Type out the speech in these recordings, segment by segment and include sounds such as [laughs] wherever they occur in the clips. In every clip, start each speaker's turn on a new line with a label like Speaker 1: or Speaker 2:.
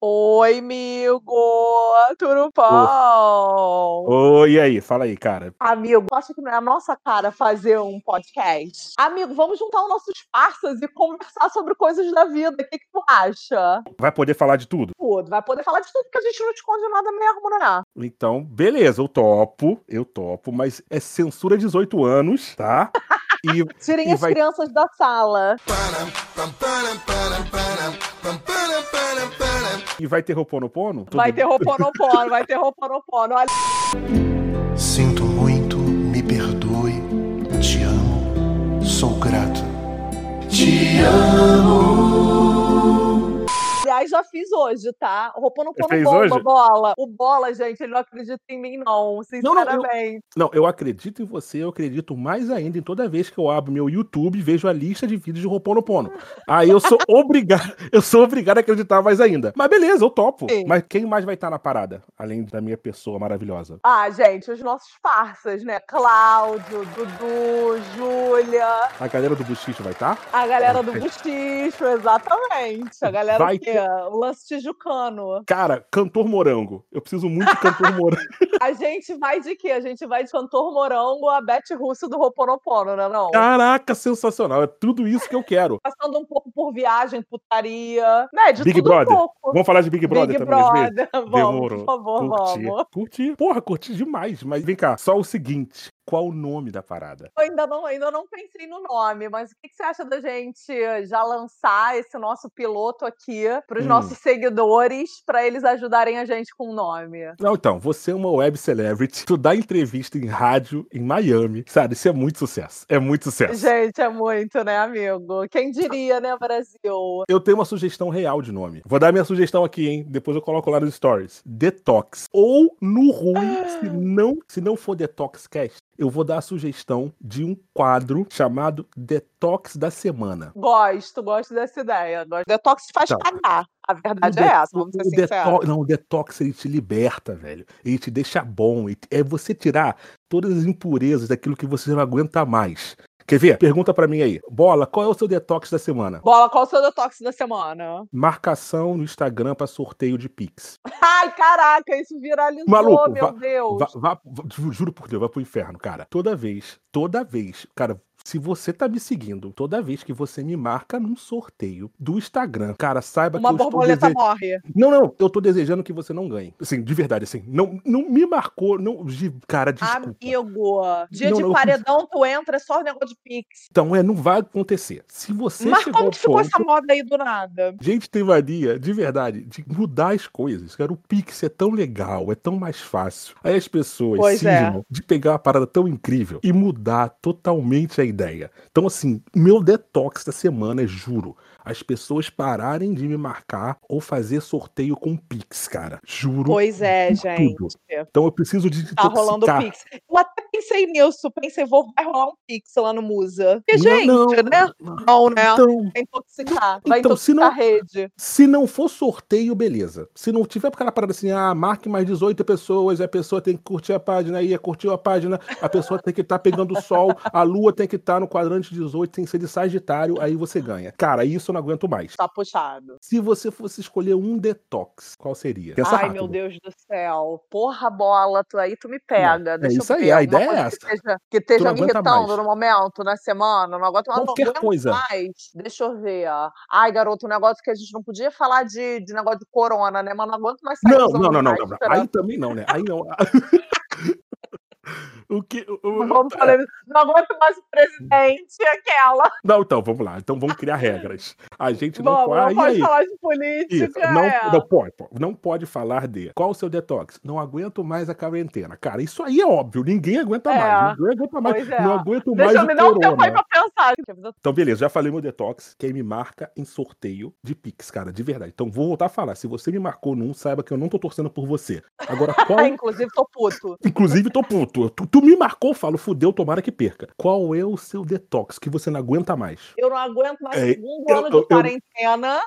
Speaker 1: Oi, amigo! Tudo bom?
Speaker 2: Oi, e aí? Fala aí, cara.
Speaker 1: Amigo, acha que não é a nossa cara fazer um podcast? Amigo, vamos juntar os nossos parças e conversar sobre coisas da vida. O que, que tu acha?
Speaker 2: Vai poder falar de tudo?
Speaker 1: Tudo. Vai poder falar de tudo, porque a gente não esconde nada mesmo, né?
Speaker 2: Então, beleza, eu topo, eu topo, mas é censura 18 anos, tá? E,
Speaker 1: [laughs] Tirem
Speaker 2: e
Speaker 1: as
Speaker 2: vai-
Speaker 1: crianças da sala.
Speaker 2: e vai ter Roponopono?
Speaker 1: Vai ter roponopono, vai ter roponopono. Olha,
Speaker 3: Sinto muito, me perdoe. Te amo, sou grato. Te amo.
Speaker 1: aliás, já fiz hoje, tá? Roponopono
Speaker 2: Fez
Speaker 1: bomba,
Speaker 2: hoje?
Speaker 1: bola. O bola, gente, ele não acredita em mim, não.
Speaker 2: não, eu-
Speaker 1: Sinceramente.
Speaker 2: Não, eu acredito em você, eu acredito mais ainda em toda vez que eu abro meu YouTube e vejo a lista de vídeos de Roponopono. Aí eu sou [laughs] obrigado, eu sou obrigado a acreditar mais ainda. Mas beleza, eu topo.
Speaker 1: Sim.
Speaker 2: Mas quem mais vai estar na parada, além da minha pessoa maravilhosa?
Speaker 1: Ah, gente, os nossos parças, né? Cláudio, Dudu, Júlia,
Speaker 2: A galera do Buchicho vai estar?
Speaker 1: a galera do
Speaker 2: Vai.
Speaker 1: Busticho, exatamente. A galera
Speaker 2: Vai
Speaker 1: o quê? O lance tijucano.
Speaker 2: Cara, cantor morango. Eu preciso muito de cantor morango.
Speaker 1: A gente vai de quê? A gente vai de cantor morango a Beth Russo do Roponopono, né não?
Speaker 2: Ah. Caraca, sensacional. É tudo isso que eu quero.
Speaker 1: Passando um pouco por viagem, putaria. Né, de
Speaker 2: Big
Speaker 1: tudo
Speaker 2: Brother.
Speaker 1: um pouco.
Speaker 2: Vamos falar de Big Brother também, às vezes?
Speaker 1: Brother, [laughs] vamos,
Speaker 2: Demorou.
Speaker 1: por favor,
Speaker 2: Curti,
Speaker 1: vamos.
Speaker 2: curti. Porra, curti demais. Mas vem cá, só o seguinte: qual o nome da parada?
Speaker 1: Eu ainda não, ainda não pensei no nome, mas o que, que você acha da gente já lançar esse nosso piloto aqui para os
Speaker 2: Hum.
Speaker 1: nossos seguidores, para eles ajudarem a gente com o nome?
Speaker 2: Não, então, você é uma web celebrity, tu dá entrevista em rádio em Miami. Sabe, isso é muito sucesso. É muito sucesso.
Speaker 1: Gente, é muito, né, amigo? Quem
Speaker 2: Então
Speaker 1: diria, né, Brasil?
Speaker 2: Eu tenho uma sugestão real de nome. Vou dar minha sugestão aqui, hein? Depois eu coloco lá nos stories. Detox. Ou no ruim, se não, se não for Detox Cast, eu vou dar a sugestão de um quadro chamado Detox da Semana.
Speaker 1: Gosto, gosto dessa ideia. Gosto. Detox te faz
Speaker 2: Tá.
Speaker 1: pagar. A verdade é
Speaker 2: de-
Speaker 1: essa, vamos ser
Speaker 2: O
Speaker 1: sinceros.
Speaker 2: detox, não, o detox ele te liberta, velho. Ele te deixa bom. ele- É você tirar todas as impurezas daquilo que você não aguenta mais. Quer ver? Pergunta pra mim aí. Bola, qual é o seu detox da semana?
Speaker 1: Bola, qual o seu detox da semana? [laughs]
Speaker 2: Marcação no Instagram pra sorteio de Pix.
Speaker 1: Ai, caraca, isso viralizou,
Speaker 2: Maluco,
Speaker 1: meu
Speaker 2: va-
Speaker 1: Deus.
Speaker 2: Vá, vá- ju- juro por Deus, vai pro inferno, cara. Toda vez, toda vez, cara. Se você tá me seguindo, toda vez que você me marca num sorteio do Instagram, cara, saiba
Speaker 1: Uma
Speaker 2: que eu estou
Speaker 1: borboleta
Speaker 2: dese-
Speaker 1: morre.
Speaker 2: Não, não, eu tô desejando que você não ganhe. Assim, de verdade, assim. Não, não me marcou, não. de- Cara,
Speaker 1: Ah,
Speaker 2: desculpa.
Speaker 1: Amigo, dia
Speaker 2: Não,
Speaker 1: de
Speaker 2: não, eu-
Speaker 1: paredão, tu entra, é só negócio de pix.
Speaker 2: Então, é, não vai acontecer. Se você
Speaker 1: Mas
Speaker 2: chegou
Speaker 1: como
Speaker 2: ao
Speaker 1: que ficou
Speaker 2: ponto.
Speaker 1: essa moda aí do nada?
Speaker 2: Gente, tem mania, de verdade, de mudar as coisas. Cara, o Pix é tão legal, é tão mais fácil. Aí as pessoas
Speaker 1: Pois é.
Speaker 2: cismam de pegar uma parada tão incrível e mudar totalmente a ideia. Então, assim, meu detox da semana, é juro, as pessoas pararem de me marcar ou fazer sorteio com Pix, cara. Juro.
Speaker 1: Pois é,
Speaker 2: tudo.
Speaker 1: gente.
Speaker 2: Então eu preciso de
Speaker 1: Tá rolando o
Speaker 2: detoxicar.
Speaker 1: Pix. Eu até pensei nisso, pensei, vou, vai rolar um Pix lá no Musa. E,
Speaker 2: Não,
Speaker 1: gente,
Speaker 2: não,
Speaker 1: né? Não, né?
Speaker 2: Então,
Speaker 1: Vai intoxicar, vai
Speaker 2: Então, se
Speaker 1: intoxicar
Speaker 2: não-
Speaker 1: a rede.
Speaker 2: se não for sorteio, beleza. Se não tiver aquela parada assim, ah, marque mais 18 pessoas, a pessoa tem que curtir a página, aí curtiu a página, a pessoa tem que estar pegando o sol, a lua tem que estar no quadrante 18, tem que ser de Sagitário, aí você ganha. Cara, isso eu não aguento mais.
Speaker 1: Tá puxado.
Speaker 2: Se você fosse escolher um detox, qual seria? Pensa
Speaker 1: Ai,
Speaker 2: rápido.
Speaker 1: meu Deus do céu. Porra, bola, tu, aí tu me pega. Deixa eu
Speaker 2: isso aí,
Speaker 1: ver,
Speaker 2: a
Speaker 1: alguma
Speaker 2: ideia é
Speaker 1: coisa Que
Speaker 2: essa.
Speaker 1: esteja, que esteja
Speaker 2: não
Speaker 1: me
Speaker 2: aguenta
Speaker 1: irritando
Speaker 2: mais.
Speaker 1: no momento, na semana. Não aguento, eu não
Speaker 2: Qualquer
Speaker 1: aguento
Speaker 2: coisa.
Speaker 1: mais. Deixa eu ver. ó. Ai, garoto, um negócio que a gente não podia falar de, de negócio de corona, né? Mas não aguento mais sair
Speaker 2: Não,
Speaker 1: usando
Speaker 2: não, não, não, não, não.
Speaker 1: máscara.
Speaker 2: Aí também não, né? Aí
Speaker 1: [laughs]
Speaker 2: não. [laughs] o que. o-
Speaker 1: Não Vamos falar isso. Não aguento mais o presidente, aquela.
Speaker 2: Não, então, vamos lá. Então vamos
Speaker 1: [laughs]
Speaker 2: criar regras. A gente não
Speaker 1: Vamos, não
Speaker 2: pode.
Speaker 1: pode
Speaker 2: aí?
Speaker 1: falar de
Speaker 2: Isso,
Speaker 1: política. é.
Speaker 2: não, não pode, pô, não pode falar de qual o seu detox? Não aguento mais a quarentena. Cara, isso aí é óbvio, ninguém aguenta
Speaker 1: É.
Speaker 2: mais. Ninguém aguenta mais.
Speaker 1: Pois é.
Speaker 2: Não aguento mais
Speaker 1: Deixa eu
Speaker 2: o
Speaker 1: me dar um tempo aí
Speaker 2: corona.
Speaker 1: pra pensar. Deixa eu ver-
Speaker 2: Então, beleza, já falei meu detox. Quem me marca em sorteio de Pix, cara, de verdade. Então, vou voltar a falar. Se você me marcou num, saiba que eu não tô torcendo por você.
Speaker 1: [laughs]
Speaker 2: Agora, qual.
Speaker 1: Ah, inclusive, tô puto.
Speaker 2: Inclusive, tô puto. Tu, tu me marcou, eu falo, fudeu, tomara que perca. Qual é o seu detox que você não aguenta mais?
Speaker 1: Eu não aguento mais
Speaker 2: É,
Speaker 1: segundo
Speaker 2: eu-
Speaker 1: ano
Speaker 2: eu-
Speaker 1: de
Speaker 2: eu-
Speaker 1: quarentena.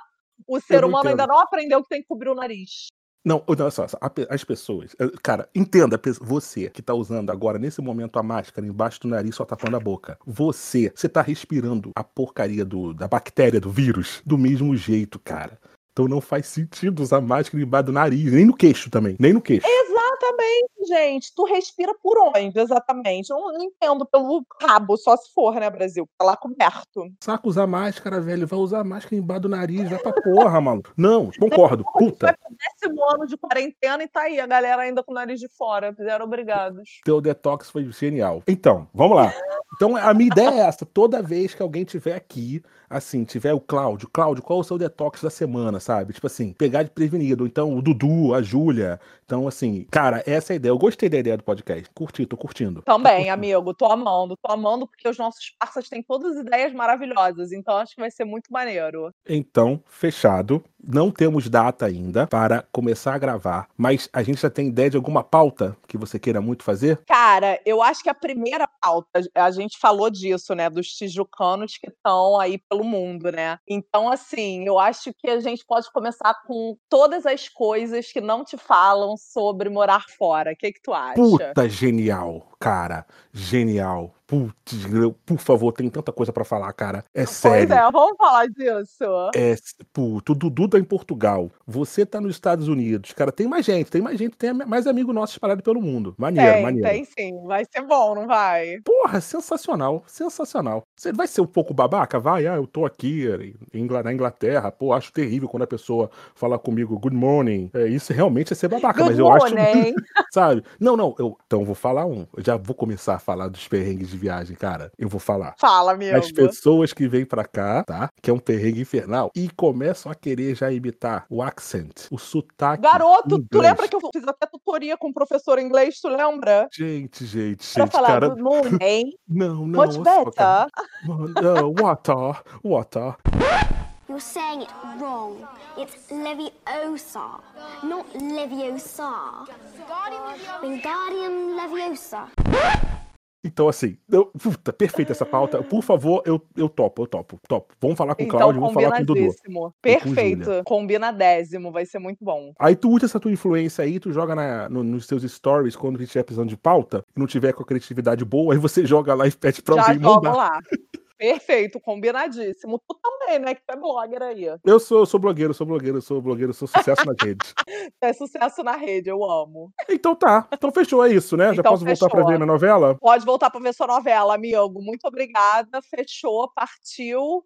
Speaker 1: O ser
Speaker 2: não
Speaker 1: humano
Speaker 2: entendo.
Speaker 1: ainda não aprendeu que tem que cobrir o nariz.
Speaker 2: Não, olha só, só, a pe- as pessoas. eh, Cara, entenda, pe- você que tá usando agora, nesse momento, a máscara embaixo do nariz, só tapando a boca. Você, você tá respirando a porcaria do, da bactéria, do vírus, do mesmo jeito, cara. Então não faz sentido usar máscara embaixo do nariz, nem no queixo também, nem no queixo.
Speaker 1: Exatamente, gente. Tu respira por onde, exatamente? Eu não entendo pelo rabo, só se for, né, Brasil? Tá lá coberto.
Speaker 2: Saca usar máscara, velho. Vai usar máscara embaixo do nariz, vai pra porra, maluco. Não, concordo, puta.
Speaker 1: Vai pro décimo ano de quarentena e tá aí a galera ainda com o nariz de fora. Fizeram obrigados.
Speaker 2: Teu detox foi genial. Então, vamos lá. Então, a minha ideia é essa. Toda vez que alguém tiver aqui, assim, tiver o Cláudio, Cláudio, qual é o seu detox da semana, sabe? Tipo assim, pegar de prevenido. Então, o Dudu, a Júlia. Então, assim, cara, essa é a ideia. Eu gostei da ideia do podcast. Curti, tô curtindo.
Speaker 1: Também, amigo, tô amando, tô amando, porque os nossos parceiros têm todas ideias maravilhosas, então acho que vai ser muito maneiro.
Speaker 2: Então, fechado. Não temos data ainda para começar a gravar, mas a gente já tem ideia de alguma pauta que você queira muito fazer?
Speaker 1: Cara, eu acho que a primeira pauta, a gente falou disso, né? Dos tijucanos que estão aí pelo mundo, né? Então, assim, eu acho que a gente pode começar com todas as coisas que não te falam sobre morar fora. O que, que tu acha?
Speaker 2: Puta, genial, cara. Genial. Putz, greu, por favor, tem tanta coisa pra falar, cara. É sério.
Speaker 1: Pois é, vamos falar disso.
Speaker 2: É, puto, o Dudu tá em Portugal. Você tá nos Estados Unidos. Cara, tem mais gente, tem mais gente, tem mais amigo nosso espalhado pelo mundo. Maneiro,
Speaker 1: tem,
Speaker 2: maneiro.
Speaker 1: tem sim. Vai ser bom, não vai?
Speaker 2: Porra, sensacional, sensacional. Você vai ser um pouco babaca? Vai, ah, eu tô aqui em Ingl- na Inglaterra. Pô, acho terrível quando a pessoa fala comigo, good morning. É, isso realmente é ser babaca,
Speaker 1: Good
Speaker 2: mas eu
Speaker 1: morning.
Speaker 2: acho. Sabe? Não, não, eu. Então, vou falar um. Eu já vou começar a falar dos perrengues de viagem, cara. Eu vou falar. [laughs]
Speaker 1: Fala, amigo.
Speaker 2: As pessoas que vêm pra cá, tá? Que é um perrengue infernal, e começam a querer já imitar o accent, o sotaque.
Speaker 1: Garoto, tu
Speaker 2: inglês.
Speaker 1: lembra que eu fiz até tutoria com um professor inglês, tu lembra?
Speaker 2: Gente, gente,
Speaker 1: Pra
Speaker 2: gente,
Speaker 1: falar
Speaker 2: cara.
Speaker 1: do morning,
Speaker 2: [laughs] Não, não.
Speaker 1: much
Speaker 2: olha só, cara.
Speaker 1: better.
Speaker 2: Mano, Não, water, water.
Speaker 4: You're saying it wrong. It's Leviosa, not Leviosa. Wingardium Leviosa.
Speaker 2: Então, assim, eu, puta, perfeita essa pauta. Por favor, eu, eu topo, eu topo, topo. Vamos falar com o
Speaker 1: Então,
Speaker 2: Cláudio, vamos falar com o Dudu.
Speaker 1: combinadíssimo.
Speaker 2: Júlia.
Speaker 1: Perfeito. Combinadésimo, vai ser muito bom.
Speaker 2: Aí tu usa essa tua influência aí, tu joga na- no- nos seus stories quando tiver precisando de pauta e não tiver com a criatividade boa, aí você [laughs] joga lá e pede pra
Speaker 1: Já
Speaker 2: alguém
Speaker 1: joga
Speaker 2: mandar.
Speaker 1: lá. [laughs] Perfeito, combinadíssimo. Tu também, né? Que tu é blogger aí.
Speaker 2: Eu sou, eu sou blogueiro, sou blogueiro, sou blogueiro, sou sucesso nas
Speaker 1: [laughs]
Speaker 2: redes.
Speaker 1: É sucesso na rede, eu amo.
Speaker 2: Então tá, então fechou, é isso, né? Já
Speaker 1: Então
Speaker 2: posso voltar pra
Speaker 1: fechou.
Speaker 2: ver minha novela?
Speaker 1: Pode voltar pra ver sua novela, amigo. Muito obrigada. Fechou, partiu.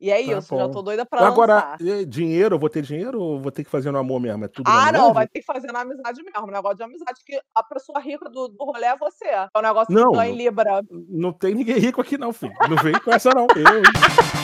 Speaker 1: E é
Speaker 2: Tá
Speaker 1: isso, já
Speaker 2: bom.
Speaker 1: tô doida pra
Speaker 2: Agora,
Speaker 1: lançar.
Speaker 2: eh, dinheiro, eu vou ter dinheiro ou vou ter que fazer no amor mesmo? É tudo no
Speaker 1: Ah,
Speaker 2: amor
Speaker 1: não,
Speaker 2: mesmo?
Speaker 1: vai ter que fazer na amizade mesmo. Negócio de amizade, que a pessoa rica do, do rolê é você. É o negócio
Speaker 2: Não.
Speaker 1: que ganha em Libra.
Speaker 2: Não tem ninguém rico aqui não, filho. Não vem com essa não. Eu, hein?